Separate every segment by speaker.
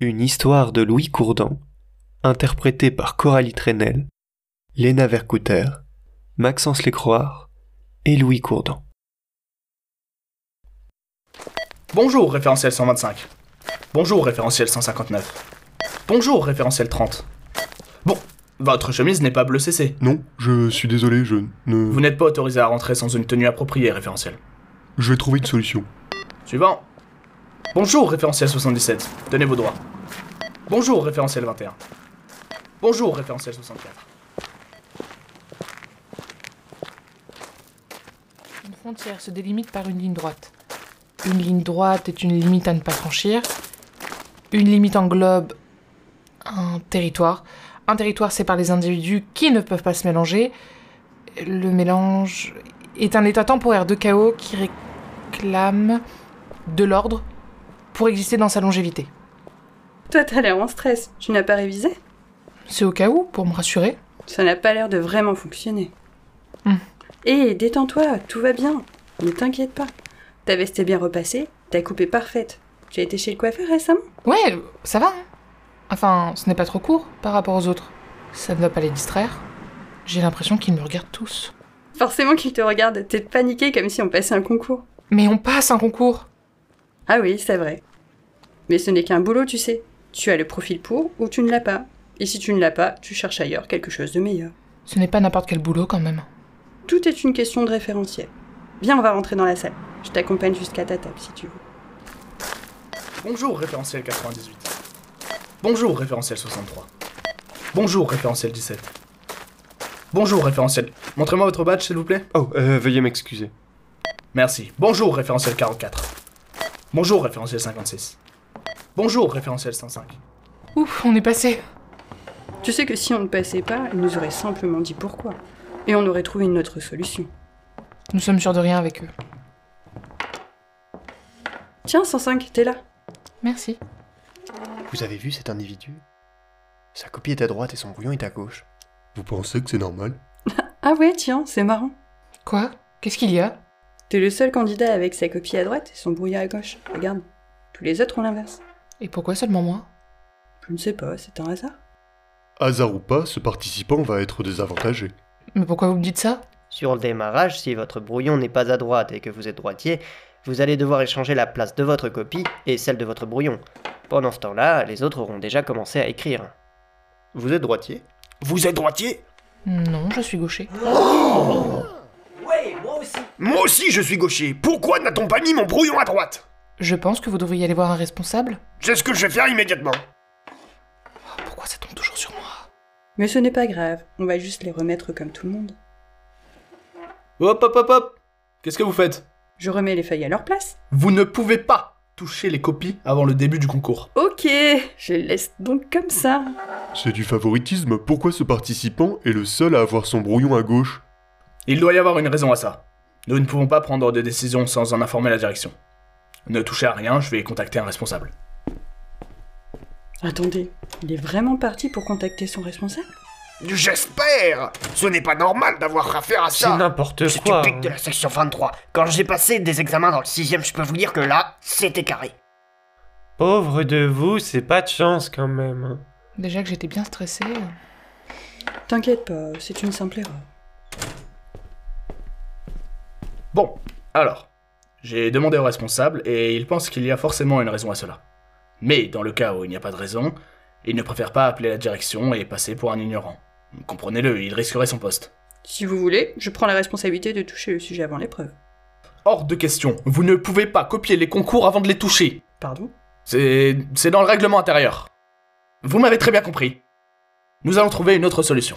Speaker 1: Une histoire de Louis Courdan, interprétée par Coralie Trenel, Léna Vercouter, Maxence Lécroire et Louis Courdan.
Speaker 2: Bonjour, référentiel 125. Bonjour, référentiel 159. Bonjour, référentiel 30. Bon, votre chemise n'est pas bleu CC.
Speaker 3: Non, je suis désolé, je ne.
Speaker 2: Vous n'êtes pas autorisé à rentrer sans une tenue appropriée, référentiel.
Speaker 3: Je vais trouver une solution.
Speaker 2: Suivant. Bonjour, référentiel 77. Tenez vos droits. Bonjour, référentiel 21. Bonjour, référentiel 64.
Speaker 4: Une frontière se délimite par une ligne droite. Une ligne droite est une limite à ne pas franchir. Une limite englobe un territoire. Un territoire sépare les individus qui ne peuvent pas se mélanger. Le mélange est un état temporaire de chaos qui réclame de l'ordre pour exister dans sa longévité.
Speaker 5: Toi, t'as l'air en stress. Tu n'as pas révisé
Speaker 4: C'est au cas où, pour me rassurer.
Speaker 5: Ça n'a pas l'air de vraiment fonctionner.
Speaker 4: Hmm.
Speaker 5: Hé, détends-toi, tout va bien. Ne t'inquiète pas. Ta veste est bien repassée, ta coupe est parfaite. Tu as été chez le coiffeur récemment
Speaker 4: Ouais, ça va. hein. Enfin, ce n'est pas trop court par rapport aux autres. Ça ne va pas les distraire. J'ai l'impression qu'ils me regardent tous.
Speaker 5: Forcément qu'il te regarde, t'es paniqué comme si on passait un concours.
Speaker 4: Mais on passe un concours.
Speaker 5: Ah oui, c'est vrai. Mais ce n'est qu'un boulot, tu sais. Tu as le profil pour ou tu ne l'as pas. Et si tu ne l'as pas, tu cherches ailleurs quelque chose de meilleur.
Speaker 4: Ce n'est pas n'importe quel boulot quand même.
Speaker 5: Tout est une question de référentiel. Viens, on va rentrer dans la salle. Je t'accompagne jusqu'à ta table si tu veux.
Speaker 2: Bonjour, référentiel 98. Bonjour, référentiel 63. Bonjour, référentiel 17. Bonjour, référentiel. Montrez-moi votre badge, s'il vous plaît.
Speaker 1: Oh, euh, veuillez m'excuser.
Speaker 2: Merci. Bonjour, référentiel 44. Bonjour, référentiel 56. Bonjour, référentiel 105.
Speaker 4: Ouf, on est passé.
Speaker 5: Tu sais que si on ne passait pas, il nous aurait simplement dit pourquoi. Et on aurait trouvé une autre solution.
Speaker 4: Nous sommes sûrs de rien avec eux.
Speaker 5: Tiens, 105, t'es là.
Speaker 4: Merci.
Speaker 6: Vous avez vu cet individu Sa copie est à droite et son brouillon est à gauche.
Speaker 3: Vous pensez que c'est normal
Speaker 5: Ah ouais, tiens, c'est marrant.
Speaker 4: Quoi Qu'est-ce qu'il y a
Speaker 5: T'es le seul candidat avec sa copie à droite et son brouillard à gauche. Regarde, tous les autres ont l'inverse.
Speaker 4: Et pourquoi seulement moi
Speaker 5: Je ne sais pas, c'est un hasard.
Speaker 3: Hasard ou pas, ce participant va être désavantagé.
Speaker 4: Mais pourquoi vous me dites ça
Speaker 7: Sur le démarrage, si votre brouillon n'est pas à droite et que vous êtes droitier, vous allez devoir échanger la place de votre copie et celle de votre brouillon. Pendant ce temps-là, les autres auront déjà commencé à écrire.
Speaker 6: Vous êtes droitier
Speaker 8: Vous êtes droitier
Speaker 4: Non, je suis gaucher.
Speaker 8: Moi aussi je suis gaucher. Pourquoi n'a-t-on pas mis mon brouillon à droite
Speaker 4: Je pense que vous devriez aller voir un responsable.
Speaker 8: C'est ce que je vais faire immédiatement.
Speaker 4: Oh, pourquoi ça tombe toujours sur moi
Speaker 5: Mais ce n'est pas grave, on va juste les remettre comme tout le monde.
Speaker 2: Hop, hop, hop, hop Qu'est-ce que vous faites
Speaker 5: Je remets les feuilles à leur place.
Speaker 2: Vous ne pouvez pas toucher les copies avant le début du concours.
Speaker 5: Ok, je les laisse donc comme ça.
Speaker 3: C'est du favoritisme, pourquoi ce participant est le seul à avoir son brouillon à gauche
Speaker 2: Il doit y avoir une raison à ça. Nous ne pouvons pas prendre de décision sans en informer la direction. Ne touchez à rien, je vais contacter un responsable.
Speaker 5: Attendez, il est vraiment parti pour contacter son responsable
Speaker 8: J'espère Ce n'est pas normal d'avoir affaire à
Speaker 6: Ah,
Speaker 9: C'est
Speaker 8: Ah, ça
Speaker 9: n'importe
Speaker 8: C'est
Speaker 9: quoi. hein.
Speaker 8: typique
Speaker 7: hein.
Speaker 8: de la section 23. Quand j'ai passé des examens dans le 6ème, je peux vous dire que là, c'était carré.
Speaker 9: Pauvre de vous, c'est pas de chance quand même. hein.
Speaker 4: Déjà que j'étais bien stressée. euh.
Speaker 5: T'inquiète pas, c'est une simple erreur.
Speaker 2: Bon, alors, j'ai demandé au responsable et il pense qu'il y a forcément une raison à cela. Mais dans le cas où il n'y a pas de raison, il ne préfère pas appeler la direction et passer pour un ignorant. Comprenez-le, il risquerait son poste.
Speaker 5: Si vous voulez, je prends la responsabilité de toucher le sujet avant l'épreuve.
Speaker 2: Hors de question, vous ne pouvez pas copier les concours avant de les toucher.
Speaker 5: Pardon
Speaker 2: C'est. c'est dans le règlement intérieur. Vous m'avez très bien compris. Nous allons trouver une autre solution.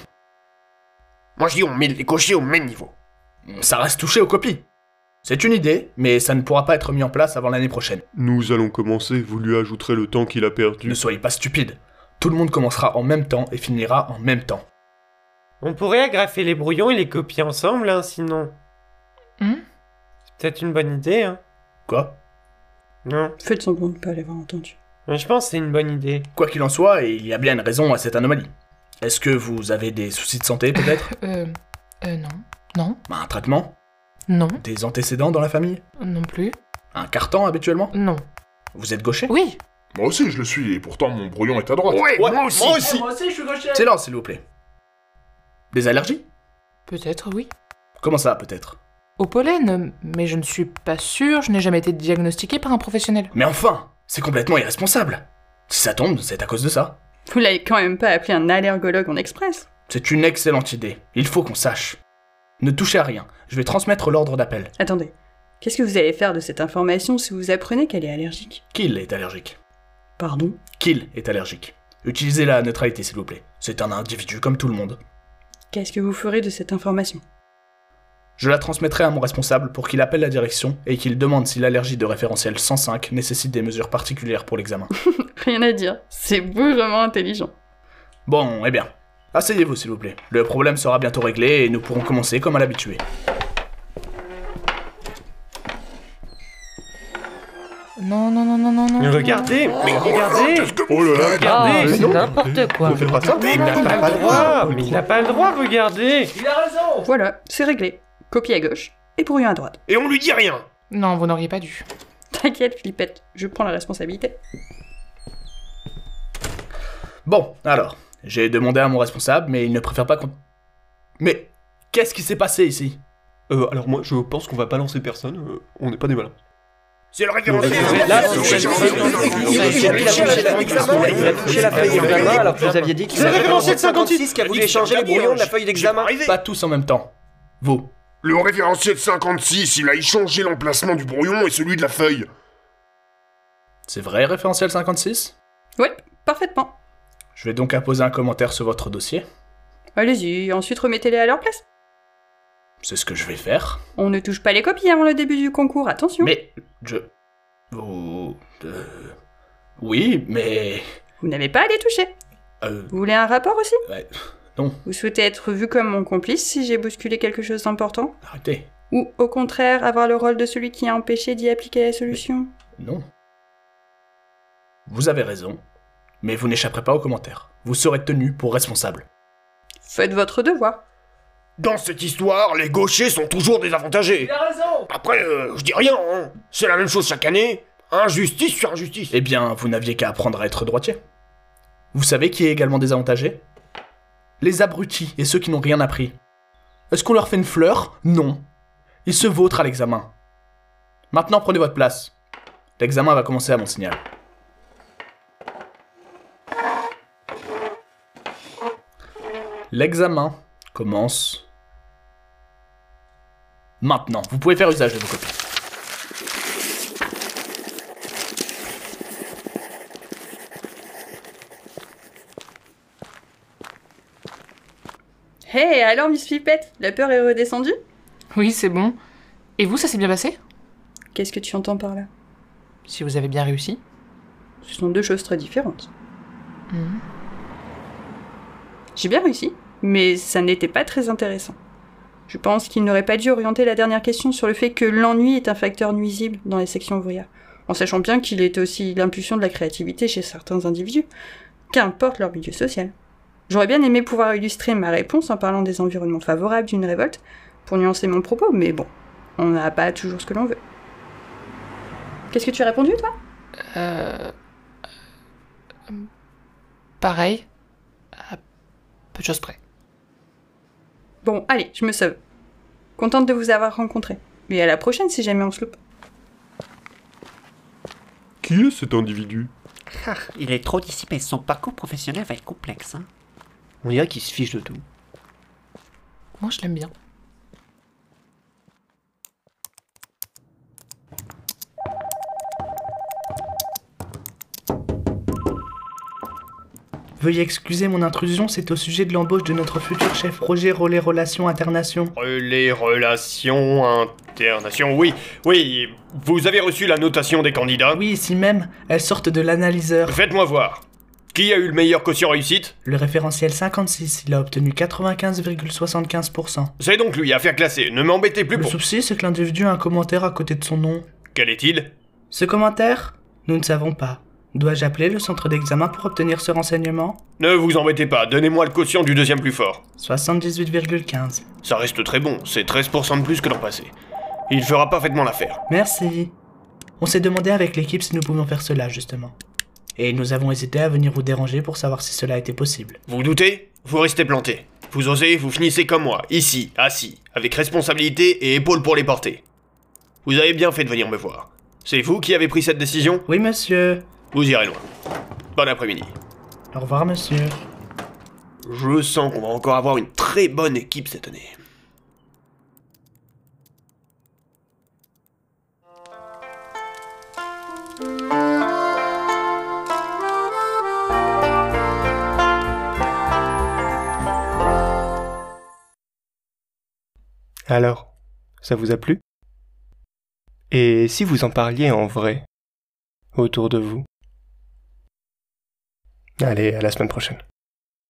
Speaker 8: Moi je dis on met les cochers au même niveau.
Speaker 2: Ça reste touché aux copies. C'est une idée, mais ça ne pourra pas être mis en place avant l'année prochaine.
Speaker 3: Nous allons commencer, vous lui ajouterez le temps qu'il a perdu.
Speaker 2: Ne soyez pas stupide. Tout le monde commencera en même temps et finira en même temps.
Speaker 9: On pourrait agrafer les brouillons et les copier ensemble, hein, sinon.
Speaker 4: Hmm
Speaker 9: C'est peut-être une bonne idée, hein.
Speaker 2: Quoi
Speaker 9: Non.
Speaker 5: Faites semblant de ne pas l'avoir entendu.
Speaker 9: Mais je pense que c'est une bonne idée.
Speaker 2: Quoi qu'il en soit, il y a bien une raison à cette anomalie. Est-ce que vous avez des soucis de santé peut-être
Speaker 4: Euh, euh, non. Non.
Speaker 2: Un traitement
Speaker 4: Non.
Speaker 2: Des antécédents dans la famille
Speaker 4: Non plus.
Speaker 2: Un carton habituellement
Speaker 4: Non.
Speaker 2: Vous êtes gaucher
Speaker 4: Oui.
Speaker 10: Moi aussi, je le suis, et pourtant mon brouillon est à droite.
Speaker 8: Ouais, moi aussi
Speaker 2: Moi aussi, je suis gaucher Silence, s'il vous plaît. Des allergies
Speaker 4: Peut-être, oui.
Speaker 2: Comment ça, peut-être
Speaker 4: Au pollen, mais je ne suis pas sûre, je n'ai jamais été diagnostiquée par un professionnel.
Speaker 2: Mais enfin C'est complètement irresponsable Si ça tombe, c'est à cause de ça.
Speaker 5: Vous l'avez quand même pas appelé un allergologue en express.
Speaker 2: C'est une excellente idée. Il faut qu'on sache. Ne touchez à rien. Je vais transmettre l'ordre d'appel.
Speaker 5: Attendez, qu'est-ce que vous allez faire de cette information si vous apprenez qu'elle est allergique
Speaker 2: Qu'il est allergique.
Speaker 5: Pardon
Speaker 2: Qu'il est allergique. Utilisez la neutralité, s'il vous plaît. C'est un individu comme tout le monde.
Speaker 5: Qu'est-ce que vous ferez de cette information
Speaker 2: Je la transmettrai à mon responsable pour qu'il appelle la direction et qu'il demande si l'allergie de référentiel 105 nécessite des mesures particulières pour l'examen.
Speaker 5: Rien à dire, c'est bougrement intelligent.
Speaker 2: Bon, eh bien, asseyez-vous s'il vous plaît. Le problème sera bientôt réglé et nous pourrons commencer comme à l'habitué.
Speaker 4: Non, non, non, non, non, non.
Speaker 9: Mais regardez, mais regardez,
Speaker 3: Oh là là
Speaker 9: regardez.
Speaker 3: mais
Speaker 9: c'est
Speaker 3: non.
Speaker 9: n'importe quoi.
Speaker 3: Ne faites pas ça
Speaker 9: Il n'a pas le droit, mais il n'a pas le droit, regardez.
Speaker 5: Voilà, c'est réglé. Copie à gauche et brouillon à droite.
Speaker 8: Et on lui dit rien
Speaker 4: Non, vous n'auriez pas dû.
Speaker 5: T'inquiète, Flippette, je prends la responsabilité.
Speaker 2: Bon, alors, j'ai demandé à mon responsable, mais il ne préfère pas qu'on... Mais qu'est-ce qui s'est passé ici
Speaker 3: Euh, alors moi, je pense qu'on va pas lancer personne, euh, on n'est pas des malins.
Speaker 8: C'est le référentiel
Speaker 9: Là,
Speaker 8: c'est-
Speaker 7: Il a touché la feuille d'examen alors que vous aviez dit qu'il
Speaker 8: C'est le
Speaker 7: avait
Speaker 8: référentiel 56
Speaker 7: qui a voulu échanger les brouillons de la feuille d'examen.
Speaker 2: Pas tous en même temps. Vous.
Speaker 10: Le référentiel 56, il a échangé l'emplacement du brouillon et celui de la feuille.
Speaker 2: C'est vrai, référentiel 56
Speaker 5: Ouais, parfaitement.
Speaker 2: Je vais donc apposer un commentaire sur votre dossier.
Speaker 5: Allez-y, ensuite remettez-les à leur place.
Speaker 2: C'est ce que je vais faire.
Speaker 5: On ne touche pas les copies avant le début du concours, attention.
Speaker 2: Mais je... Vous... euh, Oui, mais...
Speaker 5: Vous n'avez pas à les toucher.
Speaker 2: euh,
Speaker 5: Vous voulez un rapport aussi
Speaker 2: ouais, Non,
Speaker 5: Vous souhaitez être vu comme mon complice si j'ai bousculé quelque chose d'important
Speaker 2: arrêtez.
Speaker 5: Ou au contraire avoir le rôle de celui qui a empêché d'y appliquer la solution
Speaker 2: Non. Vous avez raison, mais vous n'échapperez pas aux commentaires. Vous serez tenu pour responsable.
Speaker 5: Faites votre devoir.
Speaker 8: Dans cette histoire, les gauchers sont toujours désavantagés. Il a raison Après, euh, je dis rien, hein. C'est la même chose chaque année. Injustice sur injustice.
Speaker 2: Eh bien, vous n'aviez qu'à apprendre à être droitier. Vous savez qui est également désavantagé Les abrutis et ceux qui n'ont rien appris. Est-ce qu'on leur fait une fleur Non. Ils se vautrent à l'examen. Maintenant, prenez votre place. L'examen va commencer à mon signal. L'examen commence maintenant. Vous pouvez faire usage de vos copies.
Speaker 5: Hey, alors Miss Pipette, la peur est redescendue
Speaker 4: Oui, c'est bon. Et vous, ça s'est bien passé
Speaker 5: Qu'est-ce que tu entends par là
Speaker 4: Si vous avez bien réussi.
Speaker 5: Ce sont deux choses très différentes. J'ai bien réussi, mais ça n'était pas très intéressant. Je pense qu'il n'aurait pas dû orienter la dernière question sur le fait que l'ennui est un facteur nuisible dans les sections ouvrières, en sachant bien qu'il est aussi l'impulsion de la créativité chez certains individus, qu'importe leur milieu social. J'aurais bien aimé pouvoir illustrer ma réponse en parlant des environnements favorables d'une révolte, pour nuancer mon propos, mais bon, on n'a pas toujours ce que l'on veut. Qu'est-ce que tu as répondu, toi
Speaker 4: Euh... euh, Pareil. À peu de choses près.
Speaker 5: Bon, allez, je me sauve. Contente de vous avoir rencontré. Mais à la prochaine si jamais on se loupe.
Speaker 3: Qui est cet individu
Speaker 11: Il est trop dissipé, son parcours professionnel va être complexe. hein.
Speaker 7: On dirait qu'il se fiche de tout.
Speaker 4: Moi, je l'aime bien.
Speaker 2: Veuillez excuser mon intrusion, c'est au sujet de l'embauche de notre futur chef projet Relais Relations Internations.
Speaker 8: Les relations internationales, oui, oui, vous avez reçu la notation des candidats.
Speaker 2: Ah Oui, ici même, elles sortent de l'analyseur.
Speaker 8: Faites-moi voir. Qui a eu le meilleur quotient réussite
Speaker 2: Le référentiel 56, il a obtenu 95,75%.
Speaker 8: C'est donc lui à faire classer, ne m'embêtez plus
Speaker 2: Le
Speaker 8: pour...
Speaker 2: souci, c'est que l'individu a un commentaire à côté de son nom.
Speaker 8: Quel est-il
Speaker 2: Ce commentaire Nous ne savons pas. Dois-je appeler le centre d'examen pour obtenir ce renseignement
Speaker 8: Ne vous embêtez pas, donnez-moi le quotient du deuxième plus fort.
Speaker 2: 78,15.
Speaker 8: Ça reste très bon, c'est 13% de plus que l'an passé. Il fera parfaitement l'affaire.
Speaker 2: Merci. On s'est demandé avec l'équipe si nous pouvions faire cela, justement. Et nous avons hésité à venir vous déranger pour savoir si cela était possible.
Speaker 8: Vous doutez Vous restez planté. Vous osez, vous finissez comme moi, ici, assis, avec responsabilité et épaules pour les porter. Vous avez bien fait de venir me voir. C'est vous qui avez pris cette décision
Speaker 2: Oui, monsieur.
Speaker 8: Vous irez loin. Bon après-midi.
Speaker 2: Au revoir, monsieur.
Speaker 8: Je sens qu'on va encore avoir une très bonne équipe cette année.
Speaker 1: Alors, ça vous a plu Et si vous en parliez en vrai, autour de vous Allez, à la semaine prochaine.